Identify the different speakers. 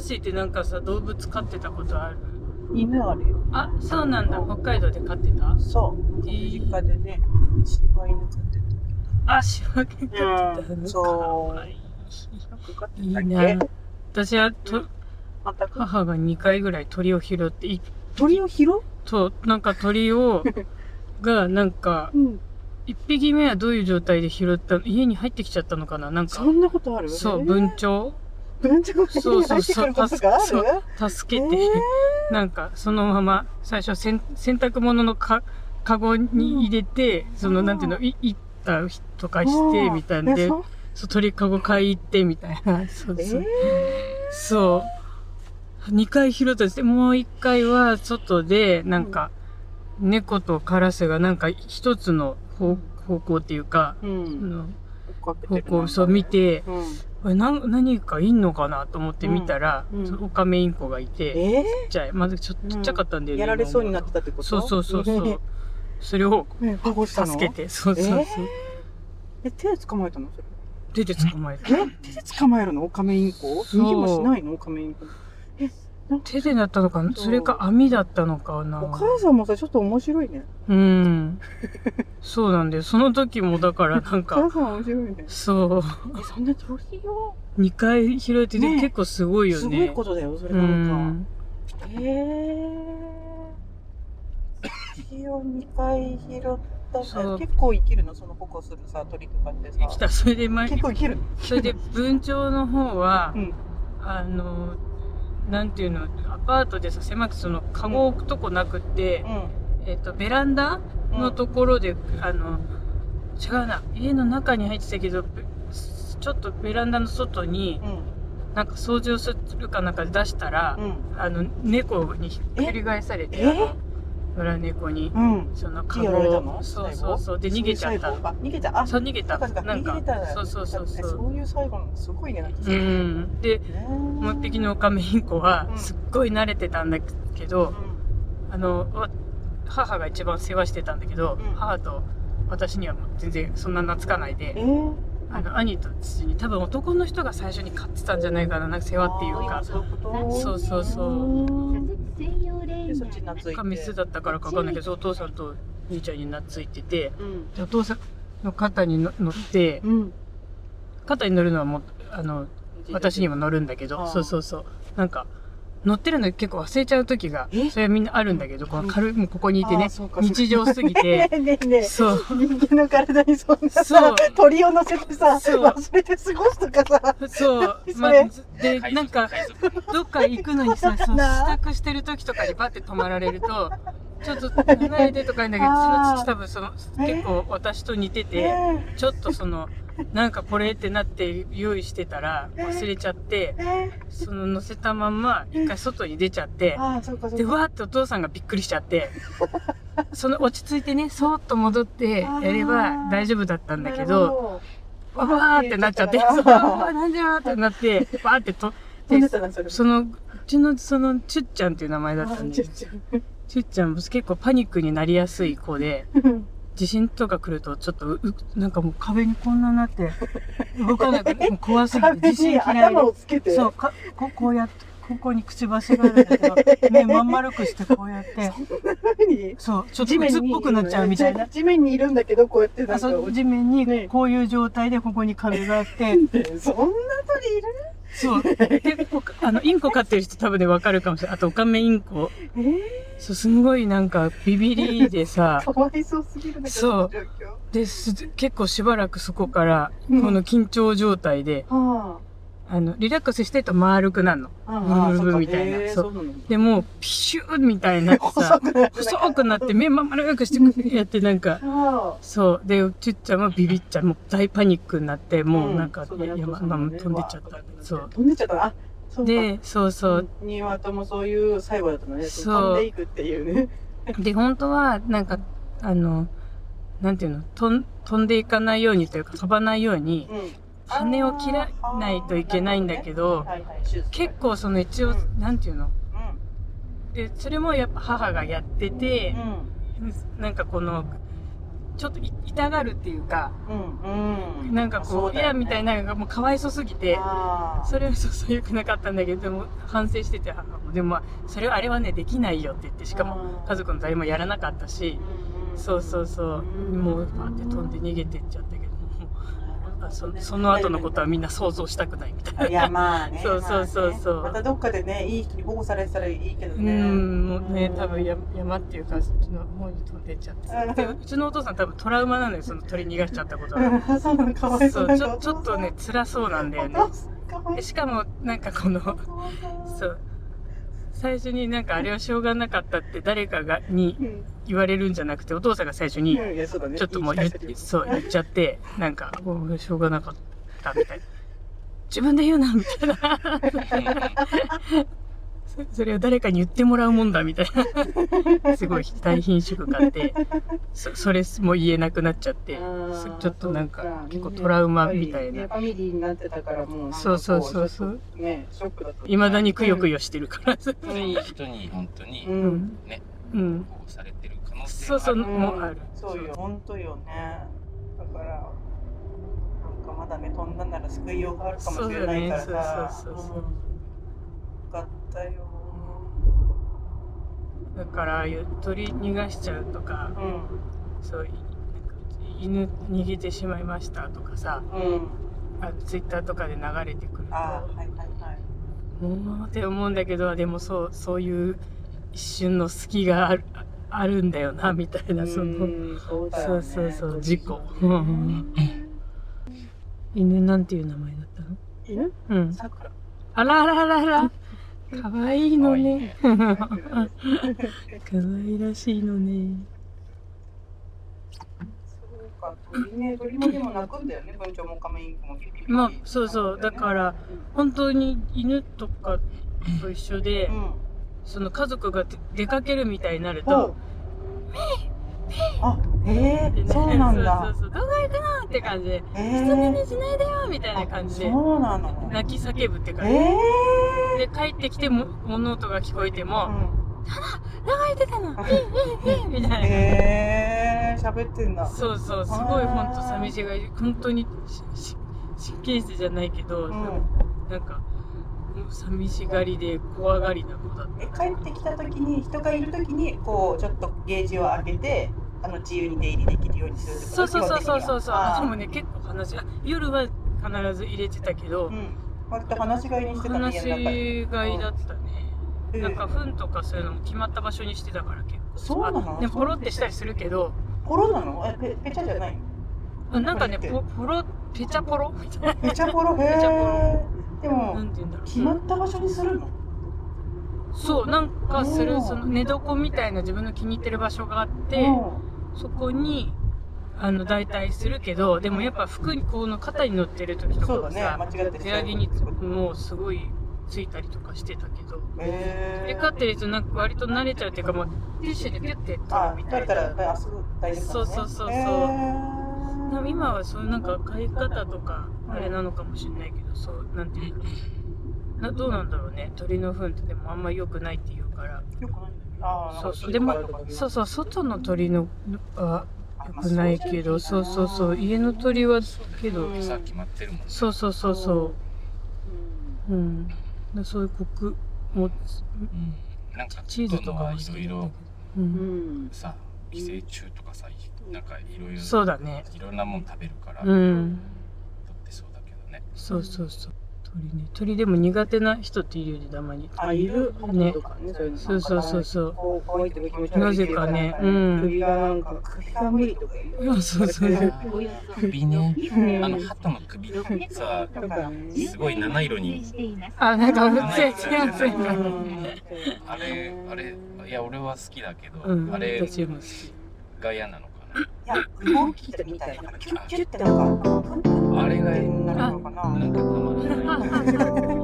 Speaker 1: シーってなんかさ動物飼ってたことある
Speaker 2: 犬あるよ。
Speaker 1: あそうなんだ北海道で飼ってた
Speaker 2: そう。
Speaker 1: へー
Speaker 2: 実家でね、柴犬飼って
Speaker 1: あ柴犬飼ってた
Speaker 2: たけど。うん、
Speaker 1: の
Speaker 2: そ
Speaker 1: かわ
Speaker 2: う。
Speaker 1: いい
Speaker 2: よく飼って
Speaker 1: いい
Speaker 2: たっ
Speaker 1: な
Speaker 2: け
Speaker 1: 私はと
Speaker 2: 全く。
Speaker 1: 母が2回ぐらい鳥を拾ってい
Speaker 2: 鳥を拾う
Speaker 1: となんか鳥 をがなんか
Speaker 2: うん。
Speaker 1: 1匹目はどういう状態で拾ったの家に入ってきちゃったのかななん
Speaker 2: そ
Speaker 1: か
Speaker 2: んなことある
Speaker 1: そう
Speaker 2: 文
Speaker 1: 文鳥
Speaker 2: 文鳥が
Speaker 1: そうそう
Speaker 2: 入ってくることがある
Speaker 1: そう助けて、
Speaker 2: え
Speaker 1: なんかそのまま最初せん洗濯物のかカゴに入れて、そのなんていうのいいったとかしてみたいん
Speaker 2: え
Speaker 1: で
Speaker 2: そう
Speaker 1: そう鳥かご買い行ってみたいなそう
Speaker 2: え
Speaker 1: そう、
Speaker 2: ー
Speaker 1: そう2回拾ったんですでもう1回は外でなんか猫とカラスがなんか一つの方方向っていうか、
Speaker 2: う
Speaker 1: あ
Speaker 2: ん。
Speaker 1: の
Speaker 2: 追っかけて
Speaker 1: 方
Speaker 2: るな
Speaker 1: 向そう見。て
Speaker 2: うん。
Speaker 1: これな何かいんのかなと思って見たら、
Speaker 2: うんうん
Speaker 1: そのオカメインコがいて。
Speaker 2: え
Speaker 1: ちっちゃい。まずちょちっちゃかったんだ
Speaker 2: ー
Speaker 1: よね。
Speaker 2: やられそうになって
Speaker 1: た
Speaker 2: たってこと
Speaker 1: そうそうそうそう。。それを
Speaker 2: え保護したの
Speaker 1: 助けて、そうそうそう
Speaker 2: え。え、手で捕まえたのそれ。
Speaker 1: 出て捕まえた。
Speaker 2: え手で捕まえるのオカメインコ
Speaker 1: そう
Speaker 2: 逃げもしないのオカメインコ
Speaker 1: 手でだったのかな
Speaker 2: そう
Speaker 1: それか網だったのかな
Speaker 2: お母さんもさちょっと面白いね
Speaker 1: うん。そうなんだよ。その時もだからなん
Speaker 2: お母
Speaker 1: か、
Speaker 2: さん面白いね
Speaker 1: そ
Speaker 2: えそんな鳥を
Speaker 1: う。2回拾えてて
Speaker 2: ね
Speaker 1: 結構すごいよね。
Speaker 2: すごいことだよそれ
Speaker 1: う
Speaker 2: なん
Speaker 1: ん。
Speaker 2: かへえ鳥を2回拾った
Speaker 1: そう
Speaker 2: さ結構生きるのその保護するさ鳥とかってさ
Speaker 1: 生きた。それで前
Speaker 2: 結構生きるの
Speaker 1: それで文鳥の方は、
Speaker 2: うん
Speaker 1: あの、なんていうの、アパートでさ、狭くその、カゴ置くとこなくって、えっ、と、ベランダ
Speaker 2: うん
Speaker 1: のところで、あの違うな家の中に入ってたけどべちょっとベランダの外に
Speaker 2: うん
Speaker 1: なんか掃除をするかなんかで出したら、
Speaker 2: うん
Speaker 1: あの猫にひっくり返されて
Speaker 2: え
Speaker 1: あの野良猫に
Speaker 2: うん
Speaker 1: その
Speaker 2: 手
Speaker 1: カ
Speaker 2: やられた
Speaker 1: ゴを
Speaker 2: の
Speaker 1: そうそうそうで逃げちゃった
Speaker 2: そういう最後あ逃げちゃったあ
Speaker 1: そう逃げた
Speaker 2: そっかそっか
Speaker 1: なん
Speaker 2: 逃
Speaker 1: か
Speaker 2: げたら
Speaker 1: そうそうそう
Speaker 2: え
Speaker 1: そう
Speaker 2: そういう最後のすごいねなんか
Speaker 1: う
Speaker 2: さ
Speaker 1: んでもう一匹のオカメインコ
Speaker 2: う
Speaker 1: は
Speaker 2: ん
Speaker 1: すっごい慣れてたんだけど、
Speaker 2: う
Speaker 1: あのわ母が一番世話してたんだけど、
Speaker 2: うん
Speaker 1: 母と私にはもう全然そんな懐かないで、
Speaker 2: んえー、
Speaker 1: あの兄と父に多分男の人が最初に買ってたんじゃないかななんか世話っていうか
Speaker 2: そういうこと
Speaker 1: そうそうそう
Speaker 2: うでそっちに
Speaker 3: う
Speaker 2: 懐いて
Speaker 1: かメスだったからかわかんないけどお父さんと兄ちゃんに懐いてて
Speaker 2: うん
Speaker 1: でお父さんの肩にの乗って
Speaker 2: うん
Speaker 1: 肩に乗るのはもうあの私にも乗るんだけ
Speaker 2: あ
Speaker 1: ど
Speaker 2: ー
Speaker 1: そうそうそうなんか乗ってるの結構忘れちゃう時が
Speaker 2: え
Speaker 1: それはみんなあるんだけどこの軽いもうここにいて
Speaker 2: あ
Speaker 1: ね
Speaker 2: ーそうかそうか
Speaker 1: 日常すぎ
Speaker 2: ね
Speaker 1: て
Speaker 2: えねえねえ
Speaker 1: そう
Speaker 2: 人間の体にそんな
Speaker 1: そう
Speaker 2: さ鳥を乗せてさ
Speaker 1: そう
Speaker 2: 忘れて過ごすとかさ
Speaker 1: そう、
Speaker 2: そ
Speaker 1: ま
Speaker 2: れ
Speaker 1: あ、ずで、なんか、どっか行くのにさ、そう、支
Speaker 2: なあ
Speaker 1: 度してる時とかにバって止まられると、ちょっと離れてとか言うんだけど、そ
Speaker 2: あ
Speaker 1: の
Speaker 2: ー
Speaker 1: 父多分その、
Speaker 2: え
Speaker 1: 結構私と似てて、
Speaker 2: え
Speaker 1: ちょっとその、なんかこれってなって用意してたら忘れちゃって、
Speaker 2: ええ
Speaker 1: その乗せたまんま一回外に出ちゃって
Speaker 2: え、ああそうかそ
Speaker 1: で、
Speaker 2: うか
Speaker 1: わーってお父さんがびっくりしちゃって、その落ち着いてね、そーっと戻ってやれば大丈夫だったんだけ
Speaker 2: なる
Speaker 1: ど、
Speaker 2: ほ
Speaker 1: わーってなっちゃ って、
Speaker 2: わー
Speaker 1: そ
Speaker 2: って
Speaker 1: う、
Speaker 2: なっちゃったから
Speaker 1: わーなんじゃーってなって、わーってと、
Speaker 2: どう
Speaker 1: で
Speaker 2: なったなそれ
Speaker 1: その、うちの、その、ちゅっちゃんっていう名前だったん
Speaker 2: ち
Speaker 1: で
Speaker 2: っ、ちゃい
Speaker 1: ちゅっちゃんも結構パニックになりやすい子で、
Speaker 2: うん
Speaker 1: 地震とか来ると、ちょっとう、うなんかもう壁にこんななって、動かなくて、もう怖すぎ
Speaker 2: 壁
Speaker 1: て、地震
Speaker 2: に
Speaker 1: 嫌い
Speaker 2: 頭を
Speaker 1: で。
Speaker 2: つけて
Speaker 1: そう、かここうやって、ここにくちばしがあるんだけど、 目まん丸くしてこうやって、
Speaker 2: 何
Speaker 1: そう、ちょっと鬱っぽくなっちゃうみたいな。
Speaker 2: 地面にいるんだけどこうやってな
Speaker 1: あ
Speaker 2: んか
Speaker 1: そう地面にこういう状態でここに壁があって、
Speaker 2: そんな鳥いる
Speaker 1: そう。で、こあの、インコ飼ってる人多分でわかるかもしれない。あと、オカメインコ。
Speaker 2: ええ
Speaker 1: そう、すんごいなんか、ビビりで さ、
Speaker 2: かわいそうすぎるね
Speaker 1: そう
Speaker 2: この状況
Speaker 1: です結構しばらくそこから、
Speaker 2: うん
Speaker 1: この緊張状態で、
Speaker 2: は
Speaker 1: あの、リラックスしてると丸くなるの。
Speaker 2: あああ
Speaker 1: ブルブル
Speaker 2: そっか
Speaker 1: みたいな
Speaker 2: へえ
Speaker 1: そう
Speaker 2: うなの
Speaker 1: でも、ピシューみたいになってさ
Speaker 2: 細、くなって
Speaker 1: 細くなって目ま丸くしてやってなんか、
Speaker 2: あ
Speaker 1: そう。で、ちっちゃんはビビっちゃう。もう大パニックになって、
Speaker 2: あ
Speaker 1: もうなんか、
Speaker 2: そうだね
Speaker 1: 山、
Speaker 2: そうだ
Speaker 1: ま
Speaker 2: ね
Speaker 1: 飛んでっちゃった。そう。
Speaker 2: 飛んでっちゃったあそうか
Speaker 1: で、そうそう。
Speaker 2: 庭ともそういう最後だったのね
Speaker 1: そう
Speaker 2: 飛んでいくっていうね
Speaker 1: で、本当は、なんか、あの、なんていうの、飛ん飛んでいかないようにというか、飛ばないように、
Speaker 2: うん
Speaker 1: 羽を切らないといけないんだけど、
Speaker 2: はいはい手術
Speaker 1: 結構その一応、
Speaker 2: うん
Speaker 1: なんていうの
Speaker 2: う
Speaker 1: でそれもやっぱ母がやってて
Speaker 2: ん、うん
Speaker 1: なんかこのちょっとい痛がるっていうか、
Speaker 2: うんうん。
Speaker 1: なんかこう、嫌みたい
Speaker 2: な。
Speaker 1: なのがもうかわいそうすぎて、
Speaker 2: あー
Speaker 1: それはそうそう良くなかったんだけど、でも反省してて、あでもまあ、それはあれはね、できないよって言って、しかも
Speaker 2: うん
Speaker 1: 家族の誰もやらなかったし、
Speaker 2: うんん
Speaker 1: そうそうそう、
Speaker 2: ん
Speaker 1: もうパーって飛んで逃げてっちゃったけど、もうあそその後のことはみんな想像したくないみたいな。
Speaker 2: いやまあね。
Speaker 1: そうそうそうそう
Speaker 2: まあねまたどっかでね、いい人に保護されてたらいいけど
Speaker 1: う
Speaker 2: ね。
Speaker 1: ん、もうね、多分や山っていうか、そっちの方に飛んでっちゃって。で、うちのお父さん多分トラウマなのよ、その鳥逃がしちゃったことは。
Speaker 2: うん そうなの、かわい
Speaker 1: そ
Speaker 2: そ
Speaker 1: うう、
Speaker 2: な
Speaker 1: ちょちょっとね、、辛そうなんだよね。
Speaker 2: お父さんかわ
Speaker 1: で
Speaker 2: いそ
Speaker 1: しかも、なんかこの、
Speaker 2: う。。
Speaker 1: そうう。最初になんかあれはしょうがなかったって誰かが、に
Speaker 2: うん
Speaker 1: 言われるんじゃなくて、お父さんが最初に、
Speaker 2: うんいやそうだね
Speaker 1: ちょっともう
Speaker 2: 言
Speaker 1: 言
Speaker 2: い
Speaker 1: っ
Speaker 2: 返したけど
Speaker 1: そう言っちゃって、なんか、もうしょうがなかったみたいな。自分で言うな、みたいな。 そそれを誰かに言ってもらうもんだ、みたいな。すごい大品種買って、そそれも言えなくなっちゃって、
Speaker 2: あー
Speaker 1: そちょっとなんか
Speaker 2: そっ
Speaker 1: 結構トラウマみたい
Speaker 2: や
Speaker 1: な。
Speaker 2: っぱりねファミリーになってたからもうなんかこ
Speaker 1: そうそうそうそう。
Speaker 2: うねショックだった
Speaker 1: いまだにくよくよしてるから。
Speaker 3: それいい人に本当
Speaker 2: う
Speaker 3: に
Speaker 2: ん
Speaker 3: ね、
Speaker 1: うん。
Speaker 3: 保護されてる可能性
Speaker 1: そう
Speaker 3: はあ
Speaker 1: そう、
Speaker 3: る。
Speaker 1: もうある。
Speaker 2: そうよ本当よねだからなんかまだね飛んだなら救いようがあるかもしれないからさ
Speaker 1: そうだねそうそうそうそう
Speaker 2: うんよかったよ
Speaker 1: だから、ああいう鳥逃がしちゃうとか、
Speaker 2: うん
Speaker 1: そう、いなんか犬逃げてしまいましたとかさ、
Speaker 2: うん
Speaker 1: あツイッターとかで流れてくる
Speaker 2: あーはいはいはい
Speaker 1: ともうって思うんだけどでもそうそういう一瞬の隙があるああるんだよなみたいなその
Speaker 2: うんそうだ
Speaker 1: そ
Speaker 2: よ
Speaker 1: う
Speaker 2: ね
Speaker 1: そうそう事故、うんうん犬なんていう名前だったの
Speaker 2: 犬
Speaker 1: うん
Speaker 2: さくら
Speaker 1: あらあらあらあらかわいい
Speaker 3: 可
Speaker 1: の
Speaker 3: 愛い
Speaker 1: ね
Speaker 3: ね。
Speaker 1: かわいらしいのね
Speaker 2: そうか、鳥ね、鳥もでも鳴くんだよね、文鳥もカメインコもピピピピ
Speaker 1: まあそうそうだか、ら本当に犬とかと一緒で、
Speaker 2: うん、うん
Speaker 1: その家族が出出かけるみたいになる
Speaker 2: ほ
Speaker 1: と
Speaker 2: う、あ、え
Speaker 1: で
Speaker 2: ー、
Speaker 1: ね
Speaker 2: そうなんだ。
Speaker 1: そうそうそうどこ行くのって感じで
Speaker 2: え
Speaker 1: 人目
Speaker 2: ー、
Speaker 1: にしないでよみたいな感
Speaker 2: あ
Speaker 1: じ
Speaker 2: そ
Speaker 1: で
Speaker 2: うなの。
Speaker 1: 泣き叫ぶって感じ、
Speaker 2: え
Speaker 1: で帰ってきても物音が聞こえて
Speaker 2: ー、う
Speaker 1: も
Speaker 2: ん、
Speaker 1: 「泣いてたのええみた いな、
Speaker 2: えー、喋ってんだ。
Speaker 1: そうそうすごいほんと寂しがり本当にしし神経質じゃないけど、
Speaker 2: うん、
Speaker 1: なんかもう寂しがりで怖がりな子だっ
Speaker 2: え帰ってきた時に人がいる時にこうちょっとゲージを上げてあの自由に出入りできるようにす
Speaker 1: た
Speaker 2: るってこと
Speaker 1: そうそうそうそうそうそう
Speaker 2: あ
Speaker 1: でもね結構話あ夜は必ず入れてたけど、
Speaker 2: うん割と話し飼いにしてたね
Speaker 1: 話
Speaker 2: 家
Speaker 1: し
Speaker 2: の中で
Speaker 1: がいだったね、
Speaker 2: うん
Speaker 1: なんか糞とかそういうのも決まった場所にしてたから結構
Speaker 2: そうなの
Speaker 1: あでもポロってしたりするけど
Speaker 2: ポロなのえペペチャじゃないの
Speaker 1: なんかね
Speaker 2: ポロ
Speaker 1: ポポロペチャポロみたいな
Speaker 2: ペチャポロへ
Speaker 1: ペチャ
Speaker 2: ーで
Speaker 1: な
Speaker 2: も
Speaker 1: んて言うんだろう
Speaker 2: 決まった場所にするの
Speaker 1: そうなんかす
Speaker 2: お
Speaker 1: る
Speaker 2: ー
Speaker 1: その寝床みたいな自分の気に入ってる場所があって
Speaker 2: うん
Speaker 1: そこにあの代替するけどでもやっぱ服にこの肩に乗ってる時とか
Speaker 2: そう
Speaker 1: も
Speaker 2: だね
Speaker 1: さ
Speaker 2: 間違って
Speaker 1: 手上げにもうすごいついたりとかしてたけど
Speaker 2: え
Speaker 1: で飼ってる人なんか割と慣れちゃうっていうかもうティッシュでピュッて取る
Speaker 2: あ
Speaker 1: みた
Speaker 2: 取れ
Speaker 1: い
Speaker 2: た
Speaker 1: な
Speaker 2: らやっぱりあすぐ大丈夫
Speaker 1: そうそうそうそうでも今はそういうなんか買い方とかあれなのかもしれないけど、そうなんていうかなどうなんだろうね鳥の糞ってでもあんま良くないって言うから
Speaker 2: よくないんだけどあー
Speaker 1: そうそうでもそうそう外の鳥のは良くないけどそうそうそう家の鳥はけど
Speaker 3: 餌決まってるもんね。
Speaker 1: そうそうそうそ
Speaker 2: うん
Speaker 1: ううんだそういうコクも
Speaker 3: うんなんか
Speaker 1: チーズとかも好
Speaker 3: いろ
Speaker 1: き
Speaker 3: い
Speaker 1: なんだ
Speaker 3: ろ
Speaker 1: けど、う、
Speaker 2: うんん
Speaker 3: さ、寄生虫とかさ、なんかいろいろ
Speaker 1: そうだね
Speaker 3: いろんなもん食べるから、
Speaker 1: う
Speaker 3: と
Speaker 1: ん
Speaker 3: ってそうだけどね。
Speaker 1: そうそうそう鳥ね鳥でも苦手な人っているよねたまに
Speaker 2: あいる
Speaker 1: ね
Speaker 2: とかねそういうの
Speaker 1: そうそうそうそう
Speaker 2: こうこういう気持ち悪い
Speaker 1: なぜかねうん
Speaker 2: 首がなんか首が無理とか
Speaker 1: いやそうそうそう
Speaker 3: 首ね、
Speaker 2: うん
Speaker 3: あの鳩の首さ、
Speaker 2: なんかね
Speaker 3: すごい七色に
Speaker 1: あなんかうつ
Speaker 3: うつ
Speaker 1: や
Speaker 3: や
Speaker 1: つ
Speaker 3: つ
Speaker 1: や
Speaker 3: や
Speaker 1: つ
Speaker 3: つ
Speaker 1: や
Speaker 3: や
Speaker 2: うん
Speaker 3: あれあれいや俺は好きだけど、
Speaker 1: うん
Speaker 3: あれ
Speaker 1: 私も好き
Speaker 3: が嫌なのか
Speaker 2: いや、動きみたいな、キュッキュッってなんか、
Speaker 3: な。あれが
Speaker 2: なるのか
Speaker 3: な
Speaker 2: な。
Speaker 3: んかたまらない。